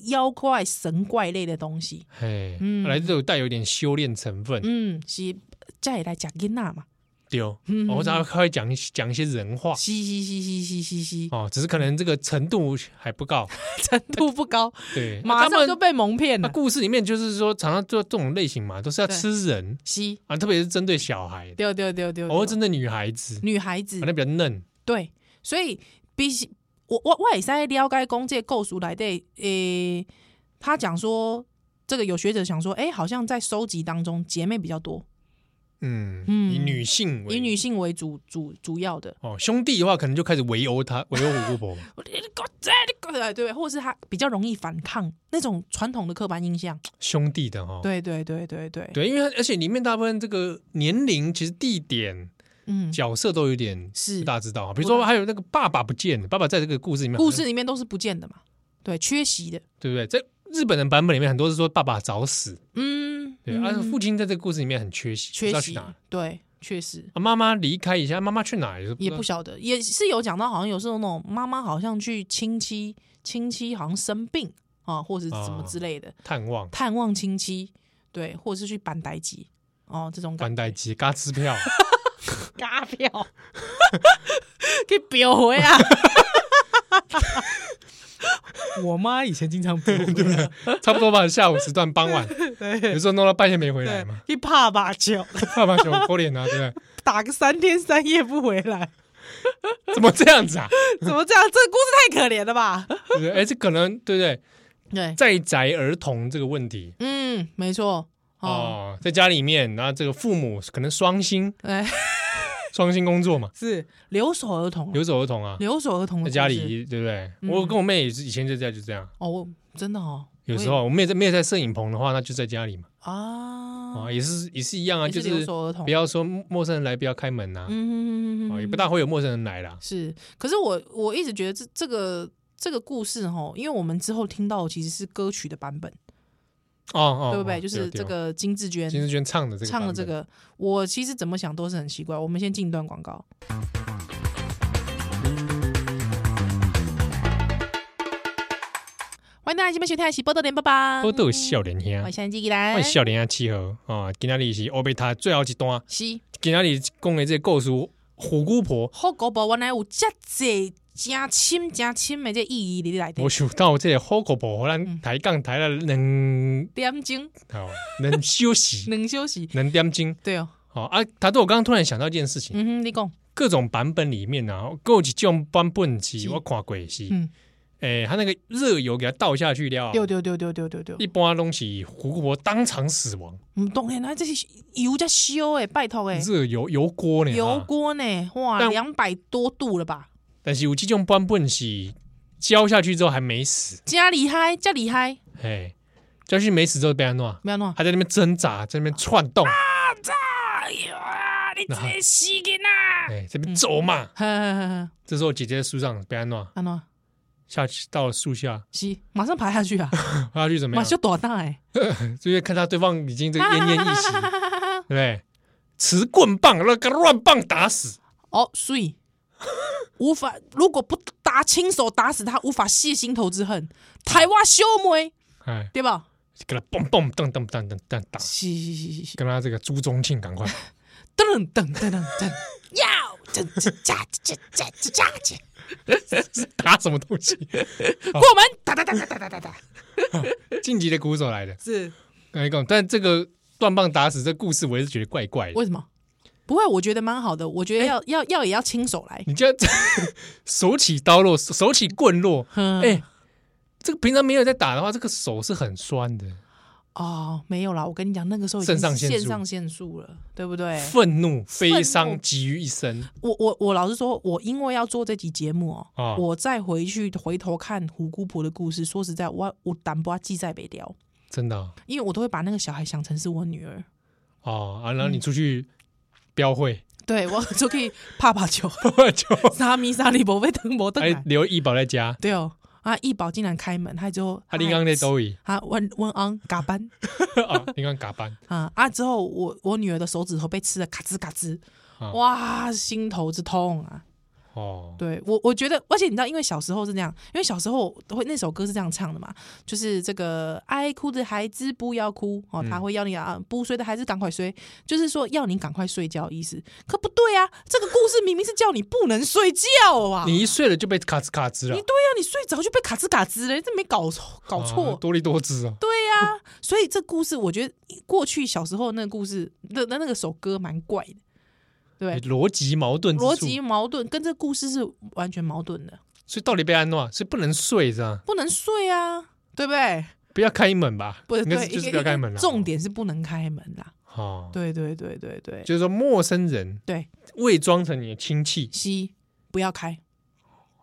妖怪神怪类的东西。嘿，啊嗯来这种带有点修炼成分，嗯，是再来讲囡娜嘛，丢，嗯哦我常常会讲一讲一些人话嘻嘻嘻嘻嘻嘻嘻，哦，只是可能这个程度还不 (laughs) 高，程度不 (laughs) 高，对，马他上们就被蒙骗那了。故事里面就是说，常常做这种类型嘛，都是要对吃人是，啊，特别是针对小孩，对对对对，偶尔对针对哦女孩子，女孩子反正比较嫩，对，所以比起我我我也在了解讲这个构图来的，诶、呃他讲说这个有学者想说，诶、好像在收集当中姐妹比较多，嗯，嗯以女性为以女性为主主主要的，哦，兄弟的话可能就开始围殴 (laughs) 他，围殴虎姑婆嘛我你给我这你给我这对对，或者是他比较容易反抗那种传统的刻板印象，兄弟的哈，对对对对对，哦对，因为它而且里面大部分这个年龄、其实地点、嗯，角色都有点是不大知道啊，比如说还有那个爸爸不见了，爸爸在这个故事里面好像，故事里面都是不见的嘛，对，缺席的，对不对？在日本的版本里面，很多是说爸爸早死，嗯，对，啊嗯而、且父亲在这个故事里面很缺席，不知缺道去席哪。，对，确实，啊，妈妈离开一下，妈妈去哪也也不不知晓得，也是有讲到，好像有时候那种妈妈好像去亲戚亲戚好像生病啊，或者是什么啊之类的，道探望。探望亲戚，对，或者是去板台集哦，这种感管代机嘎支票，嘎票， (laughs) 给表回啊！ (laughs) 我妈以前经常表 (laughs) 回啊，差不多吧，下午时段傍晚， (laughs) 对有时候弄到半夜没回来对嘛，，去怕把球， (laughs) 爸爸熊可脸啊，对不打个三天三夜不回来， (laughs) 对？怎么这样子啊？怎么这样？这个故事太可怜了吧？对不对？哎，这可能对不对？对，在宅儿童这个问题嗯，没错，哦，哦，在家里面，然后这个父母可能双薪哎，双薪工作嘛，是留守儿童，留守儿童啊，留守儿童的在家故事里对不对？嗯我跟我妹也是以前在家就这样，哦，我真的哦，有时我也候我妹在妹在摄影棚的话，那就在家里嘛，啊，啊，也是也是一样啊，也就是留守儿童不，要说陌生人来不要开门呐，嗯啊，也不大会有陌生人来啦。是，可是我我一直觉得这这个这个故事哈，因为我们之后听到的其实是歌曲的版本，哦哦，对不对？哦就是对这。哦个金志娟金志娟唱的这个唱的这版本，个，我其实怎么想都是很奇怪。我们先进一段广告。欢迎大家今天收听的是《波多连爸爸》，哦我都有笑脸我兄，想记起来，我笑脸兄契合啊！今天日是欧贝塔最后一段，是今天日讲的这个故事，虎姑婆，好狗宝原来有这济真深真深的这意义在里底我，想到这个虎姑婆，嗯咱抬杠抬了两点钟 (laughs) 哦能休息，能休息，能点睛对哦，哦啊！他对我刚刚突然想到一件事情，嗯哼，你讲，各种版本里面啊，够几种版本是是我看过的是，嗯，诶、他那个热油给他倒下去了啊，对对对对对对对嗯一，般拢是胡姑婆当场死亡，唔当然啦，这是油在烧诶，拜托诶，热油油锅呢，油啊锅呢，哇，但两百多度了吧，但是有几种版本是浇下去之后还没死，真厉害，真厉害，哎，浇下去没死之后被安弄，不要弄，还在那边挣扎，在那边窜动，哎呀，你这个死人啊！哎，这边走嘛。呵呵呵呵，这时候姐姐在树上被安弄啊安诺下去，到了树下，是马上爬下去 (laughs) 啊，爬下去怎么马样？上多大哎，就会看到对方已经这个奄奄一 (laughs) 息，对息不对？持棍棒那个乱棒打死，哦，所以无法，如果不打亲手打死他，无法泄心头之恨，台湾修妹哎，对吧？给他嘣嘣噔噔噔噔噔打，是是是是是，跟他这个朱宗庆赶快，噔噔噔噔噔，要噔噔加加加加加，打什么东西？过门哒哒哒哒哒哒哒哒，晋级的鼓手来的，是跟你讲，但这个断棒打死这故事，我也是觉得怪怪的。为什么？不会，我觉得蛮好的，我觉得要要要也要亲手来，你这样 (laughs) 手起刀落，手起棍落，哼哎，这个平常没有在打的话，这个手是很酸的，哦，没有啦，我跟你讲，那个时候已经肾上腺素肾上腺素了，对不对？愤怒、悲愤伤怒集于一身我我我老实说，我因为要做这集节目哦，啊！我再回去回头看胡姑婆的故事，说实在，我我胆不记在北雕，真的哦因为我都会把那个小孩想成是我女儿，哦啊，然嗯后你出去标 (laughs) 会，对我就可以啪啪球、就沙咪沙利伯被登伯登还来，留怡宝在家，对哦，啊怡宝竟然开门，他之后他林刚在兜里 (laughs) 啊温温昂嘎班啊，林刚嘎班啊啊之后我我女儿的手指头被吃的嘎吱嘎吱啊，哇心头之痛啊！哦，对我，我觉得，而且你知道，因为小时候是这样，因为小时候会那首歌是这样唱的嘛，就是这个爱哭的孩子不要哭哦，嗯他会要你啊，不睡的孩子赶快睡，就是说要你赶快睡觉的意思。可不对啊，这个故事明明是叫你不能睡觉啊，你一睡了就被咔吱咔吱你了对，啊，你睡着就被卡兹卡兹了，这没搞错搞错。啊多利多姿哦，对呀、啊，所以这故事我觉得过去小时候那个故事的那那个首歌蛮怪的，对哎不对，逻辑矛盾之处逻辑，矛盾跟这故事是完全矛盾的。所以到底被安诺，所以不能睡是吧？不能睡啊，对不对？不要开门吧，不是，应该对，是就一个是不要开门一了。个重点是不能开门啦。哦，对对对对对，就是说陌生人对，伪装成你的亲戚，吸不要开，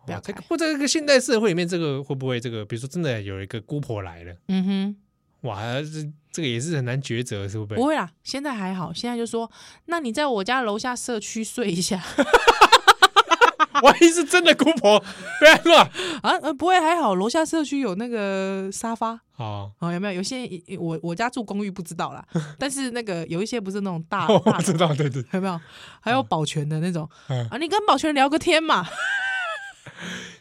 不要哦这个开或者这个现代社会里面，这个会不会这个，比如说真的有一个姑婆来了，嗯哼，哇，这这个也是很难抉择，是不不是？会啦，现在还好，现在就说，那你在我家楼下社区睡一下 (laughs) 万一是真的姑婆被安诺， (laughs) 啊，呃，不会还好，楼下社区有那个沙发。哦，哦，有没有？有些我我家住公寓不 (laughs) 知道啦，但是那个有一些不是那种大我大知道，对对，有没有？还有保全的那种、嗯啊，你跟保全聊个天嘛，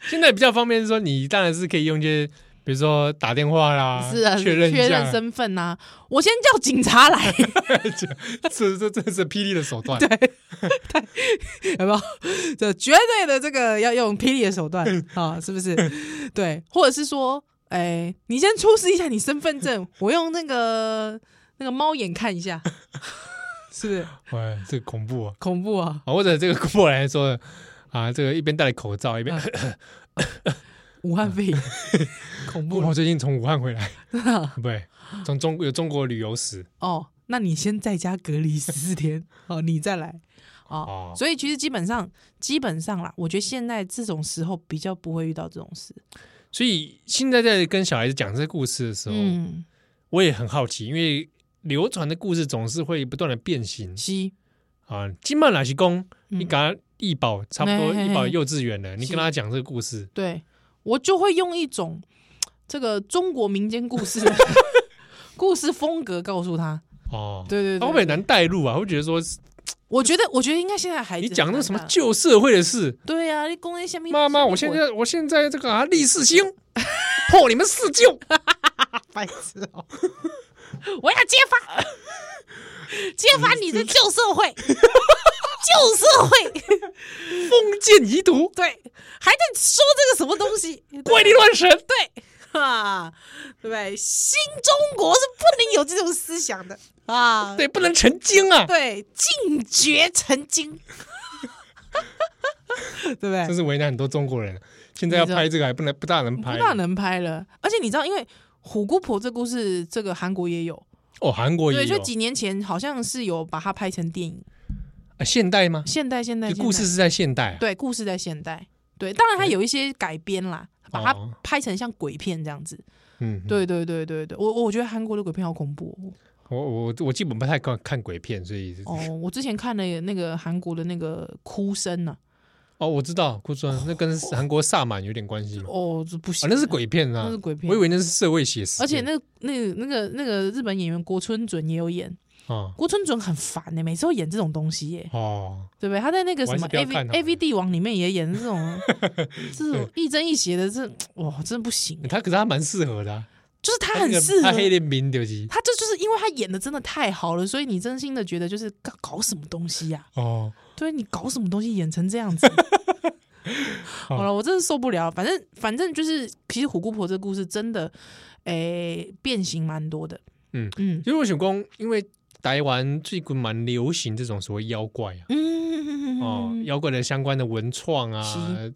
现在比较方便是说，你当然是可以用一些比如说打电话啦， (laughs) 是啊，确认一确下认，身份呐、我先叫警察来， (laughs) (laughs) 这这这是霹雳的手段，有没有？这绝对的这个要用霹雳的 (laughs) 手段啊，是不是？对，或者是说，哎、你先出示一下你身份证，我用那个那个猫眼看一下， (laughs) 是不是哎，这个恐怖啊！恐怖啊？啊或者这个过来说啊，这个一边戴着口罩一边 (laughs) 啊，武汉肺炎恐怖啊我最近从武汉回 (laughs) 来，了对，从中有中国旅游史，哦。那你先在家隔离十 (laughs) 四天，哦，你再来哦哦。所以其实基本上，基本上啦，我觉得现在这种时候比较不会遇到这种事。所以现在在跟小孩子讲这个故事的时候，嗯，我也很好奇，因为流传的故事总是会不断的变形是，啊。金曼老师公，嗯你跟他医保差不多，嘿嘿嘿医保幼稚园了，你是跟他讲这个故事，对我就会用一种这个中国民间故 (laughs) 事故事风格告诉他。哦，对对他对，会不会很难带入啊？会觉得说我觉得我觉得应该现在孩子你讲那个什么很难啊旧社会的事，对啊，你公安下面妈妈，我现在我现在这个啊立世兴，破你们四旧， (laughs) 白痴哦，我要揭 (laughs) 发揭发你的旧社会，旧社会封建遗毒，对，还在说这个什么 (laughs) 东西？怪力乱神。对，哈，对不对？新中国是不能有这种思想的啊！对，不能成精啊！对，禁绝成精， (laughs) 对不对真？是为难很多中国人。现在要拍这个还不能不大能不拍，大能拍了，而且你知道，因为虎姑婆这故事，这个韩国也有，哦，韩国也对，有就几年前好像是有把它拍成电影，啊现代吗？现代现代就现代故事是在现代啊，对，故事在现代，对，当然它有一些改编啦，把它哦拍成像鬼片这样子，嗯，嗯，对对对对对，我我觉得韩国的鬼片好恐怖哦。我我我基本不太看看鬼片，所以哦，我之前看了那个韩国的那个哭声呢、哦，我知道，顾川，那跟韩国萨满有点关系吗？哦，这不啊行，，那是鬼片啊那是，鬼片我以，为那是社会写实片，而且那个那个那个那个日本演员郭春准也有演，哦郭春准很烦呢、每次都演这种东西耶、哦，对不对？他在那个什我还么是不要 A 看 V 好了 A V 帝王里面也演 (laughs) 这种这种亦正亦邪的，这哇真的不行、欸他可是他蛮适合的啊，就是他很那个适合他。黑脸民就是他这就是因为他演的真的太好了，所以你真心的觉得就是搞搞什么东西呀、哦，对啊你搞什么东西演成这 (laughs) 样子？好了，我真是受不了。反正反正就是，其实虎姑婆这故事真的，诶、变形蛮多的。嗯嗯因为我想讲，因为台湾最近蛮流行这种所谓妖怪啊。嗯哦，妖怪的相关的文创啊是，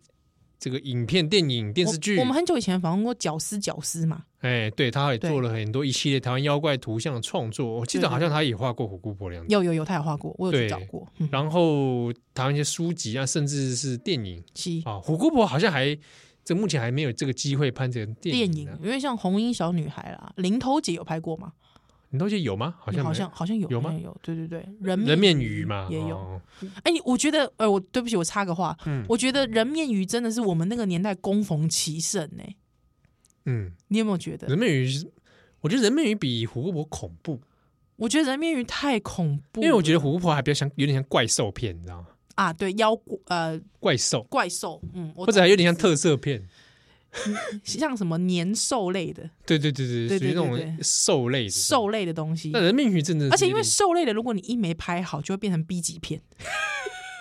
这个影片、电影、电视剧我，我，们很久以前访问过绞丝绞丝嘛，哎，对，他也对做了很多一系列台湾妖怪图像的创作。我记对得对好像他也画过虎姑婆的样子，有有有，他有画过，我有去对找过。嗯，然后台湾一些书籍啊，甚至是电影七啊，虎姑婆好像还这目前还没有这个机会拍成电电影啊影呢。，因为像红衣小女孩啦，林头姐有拍过嘛？你都觉得有吗？好像没好像好像有有吗好像有，对对对，人人面鱼嘛，也有。哦哎、你我觉得，呃，我对不起，我插个话，嗯我觉得人面鱼真的是我们那个年代供逢其盛呢、嗯，你有没有觉得？人面鱼是，我觉得人面鱼比虎姑婆恐怖，我觉得人面鱼太恐怖因了，为我觉得虎姑婆还比较像有点像怪兽片，你知道吗？啊，对妖怪呃怪兽。怪兽，嗯，我或者还有点像特色片，像什么年兽类的对对对对，对属于那对对种兽类的。兽类的东西那，人面鱼真的是有点，而且因为兽类的，如果你一没拍好，就会变成 B 级片。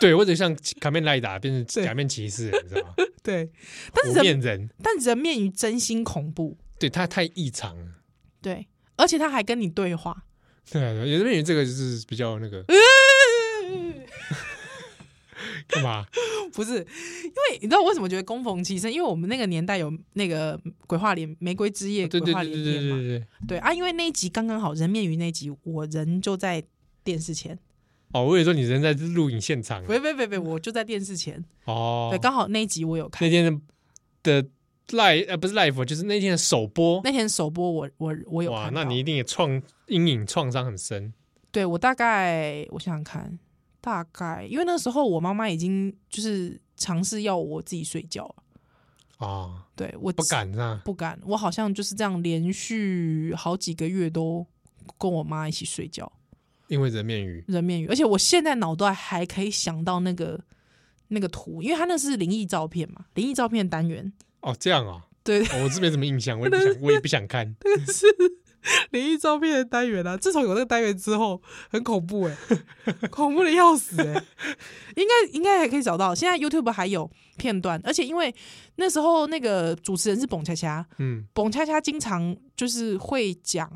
对，或者像假面赖打变成对假面骑士，你知 (laughs) 道吗？对，但是无人面人，但人面鱼真心恐怖，对他太异常了。 (laughs) 对，而且他还跟你对话，对啊，人面鱼这个就是比较 (laughs) 那个干 (laughs) 嘛？不是，因为你知道为什么觉得攻逢其盛？因为我们那个年代有那个鬼话连玫瑰之夜哦对对对鬼话对连对篇对嘛，对对。对啊，因为那一集刚刚好人面鱼那一集，我人就在电视前，哦，我以为说你人在录影现场别别别别，我就在电视前，哦对，。刚好那一集我有看那，天的的 live 呃不是 live，就是那天的首播。那天首播我我我有哇，看那到，你一定也创阴影创伤很深。对我大概我想想看，大概因为那时候我妈妈已经就是尝试要我自己睡觉了，哦，对我不敢啊，不敢，我好像就是这样连续好几个月都跟我妈一起睡觉，因为人面鱼。人面鱼，而且我现在脑袋还可以想到那个那个图，因为它那是灵异照片嘛，灵异照片单元，哦，这样啊，对，哦我这边什么印象，我 (laughs) 也不想，我也不想看。灵异照片的单元啊，自从有那个单元之后，很恐怖 (laughs) 哎、恐怖的要死哎、应该应该还可以找到，现在 YouTube 还有片段，而且因为那时候那个主持人是蹦恰恰，嗯，蹦恰恰经常就是会讲，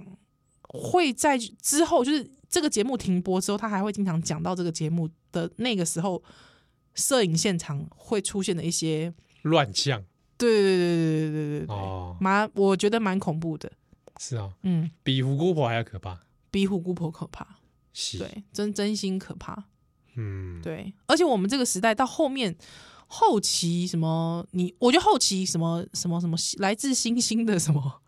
会在之后就是这个节目停播之后，他还会经常讲到这个节目的那个时候，摄影现场会出现的一些，乱象对对对对对对对对，哦，蛮我觉得蛮恐怖的，是啊，嗯，比胡姑婆还要可怕。比虎姑婆可怕。是，对，真真心可怕。嗯，对，而且我们这个时代到后面后期什么，你我觉得后期什么什么什么来自星星的什么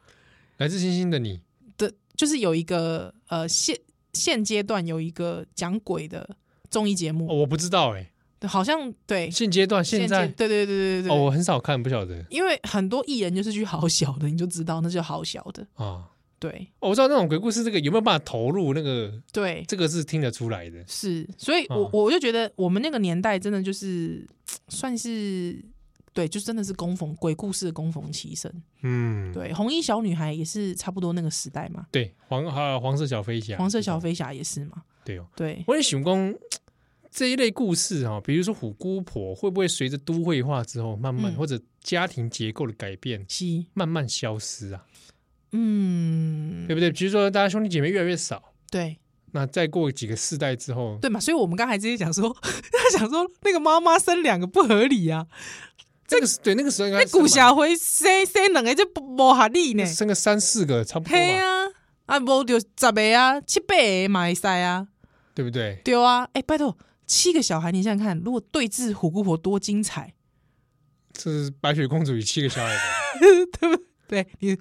来自星星的你，的，就是有一个呃现现阶段有一个讲鬼的综艺节哦，目，我不知道哎，对好像对现阶段现现在阶对对对对对哦，对。我很少看，不晓得因为很多艺人就是去好小的，你就知道那就好小的，啊。对哦我知道那种鬼故事，这个有没有办法投入？那个对这个是听得出来的。是，所以我嗯我就觉得我们那个年代真的就是算是对，就真的是供逢鬼故事的供逢其盛，嗯，对，红衣小女孩也是差不多那个时代嘛，对，黄啊黄色小飞侠，黄色小飞侠也是嘛，对哦。对，我也想讲这一类故事哈、哦，比如说虎姑婆，会不会随着都会化之后，慢慢、嗯或者家庭结构的改变，西，慢慢消失啊？嗯，对不对？比如说大家兄弟姐妹越来越少，对那再过几个世代之后，对嘛，所以我们刚才直接讲说， (laughs) 他讲说那个妈妈生两个不合理啊，这个是对那个时候应该那生古吧小辉生生两个就不不合理呢，生个三四个差不多嘿嘛，啊，啊无就十个啊，七八个嘛会使啊，对不对？对啊，哎、拜托，七个小孩，你想想看，如果对峙虎姑婆多精彩，这是白雪公主与七个小 (laughs) 矮人。对你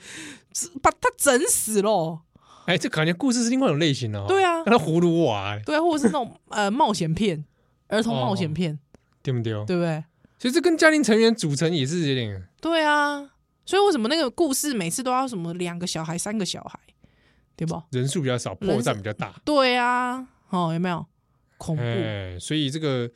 把他整死喽。哎，这感觉故事是另外一种类型的哦。对啊让他葫芦娃，哎对啊，或者是那种 (laughs) 呃冒险片，儿童冒险片，对不对？对不对？所以这跟家庭成员组成也是有点对啊，所以为什么那个故事每次都要什么两个小孩、三个小孩，对不？人数比较少，人破绽比较大。对啊，哦，有没有恐怖？哎，所以这个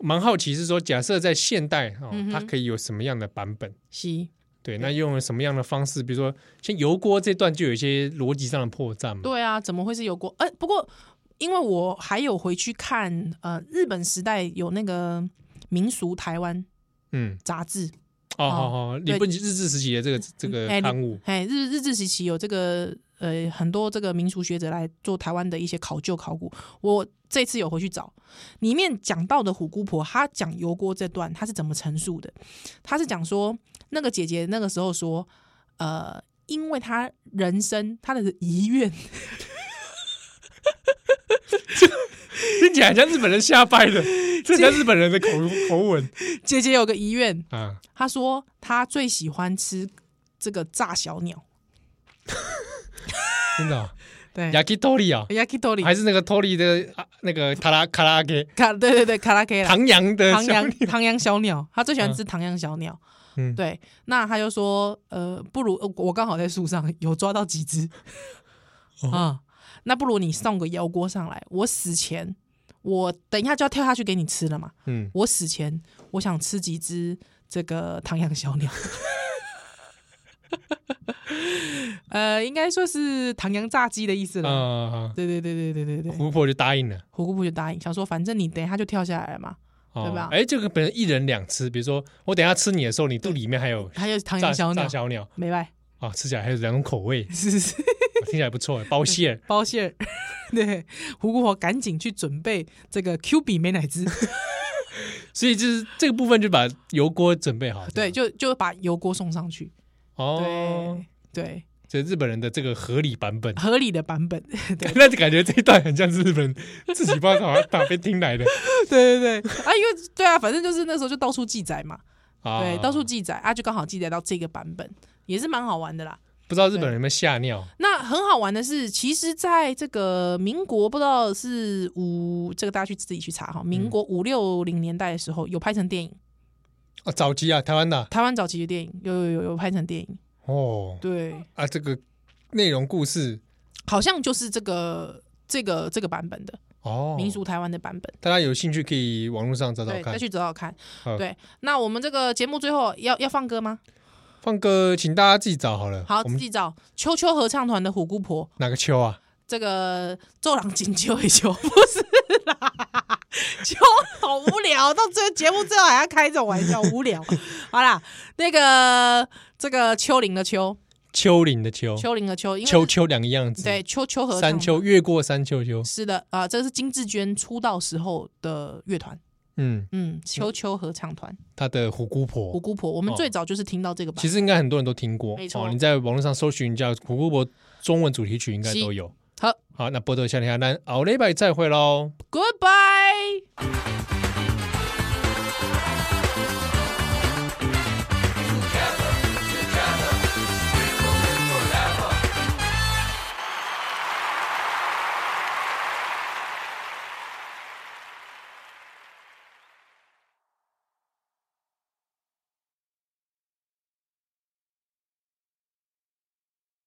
蛮好奇是说，假设在现代哦嗯哼，它可以有什么样的版本？是，对，那用什么样的方式？比如说，像油锅这段就有一些逻辑上的破绽嘛。对啊，怎么会是有过？呃，不过因为我还有回去看，呃，日本时代有那个民俗台湾嗯，杂志，哦，哦好好，对日本日治时期的这个这个哎你刊物，哎，日日治时期有这个呃很多这个民俗学者来做台湾的一些考究考古。我这次有回去找，里面讲到的虎姑婆，她讲油锅这段，她是怎么陈述的？她是讲说那个姐姐那个时候说，呃，因为她人生她的遗愿，听起来像日本人瞎掰 (laughs) 的，这像日本人的口口吻姐姐有个遗愿，啊。她说她最喜欢吃这个炸小鸟，真的、哦、对，yakitori 啊，还，yakitori，是那个 tori 的、啊、那个卡拉卡拉给卡，对对对，卡拉 K 啦。唐扬的唐小扬唐扬小鸟，他最喜欢吃唐扬小鸟。嗯对，那他就说，呃，不如呃我刚好在树上有抓到几只，哦啊、那不如你送个油锅上来，我死前，我等一下就要跳下去给你吃了嘛，嗯，我死前我想吃几只这个唐扬小鸟。 (laughs) 呃，应该说是唐扬炸鸡的意思啊、了。对对对对对对对，湖泊就答应了，胡姑婆就答应，想说反正你等一下就跳下来了嘛，哦、对吧哎，这个本来一人两吃，比如说我等一下吃你的时候，你肚里面还有还有唐炸扬小鸟炸，小鸟没白。，啊，吃起来还有两种口味是是 (laughs) 是，听起来不错，包蟹。包馅儿。 (laughs) 对，胡姑婆赶紧去准备这个 Q 比 (laughs) 美乃滋，所以就是这个部分就把油锅准备好。对，这样就就把油锅送上去。哦对，对，这日本人的这个合理版本。合理的版本。 (laughs) 对那就感觉这一段很像是日本人自己不知道哪哪边听来的对对对，啊，因为对啊，反正就是那时候就到处记载嘛，啊， (laughs) 对，到处记载啊，就刚好记载到这个版本，也是蛮好玩的啦。不知道日本人有没有吓尿，那很好玩的是，其实在这个民国不知道是五，这个大家去自己去查嗯哈，民国五六零年代的时候有拍成电影，哦，早期啊，台湾的啊台湾早期的电影有有有有拍成电影，哦对，啊，这个内容故事好像就是这个这个这个版本的哦，民俗台湾的版本，大家有兴趣可以网络上找找对，看再。去找找看好。对，那我们这个节目最后要要放歌吗？放歌，请大家自己找好了。好，我自们己找秋秋合唱团的虎姑婆，哪个秋啊？这个周郎锦秋一秋不是啦， (laughs) 秋好无聊，到最后节目最后还要开这种玩笑，无聊。好啦，那个这个秋林的秋，丘陵的丘，秋林的秋，因为丘丘两个样子。对，秋秋合唱哦山团丘越过山丘丘。是的啊、这是金志娟出道时候的乐团，嗯，嗯，秋秋合唱团，他的虎姑婆虎姑婆，我们哦最早就是听到这个吧其。实应该很多人都听过，没错哦你在网络上搜寻一下《苦姑婆》中文主题曲，应该是都有。好好，那波多夏天下，那奥雷拜再会喽。 ，Goodbye。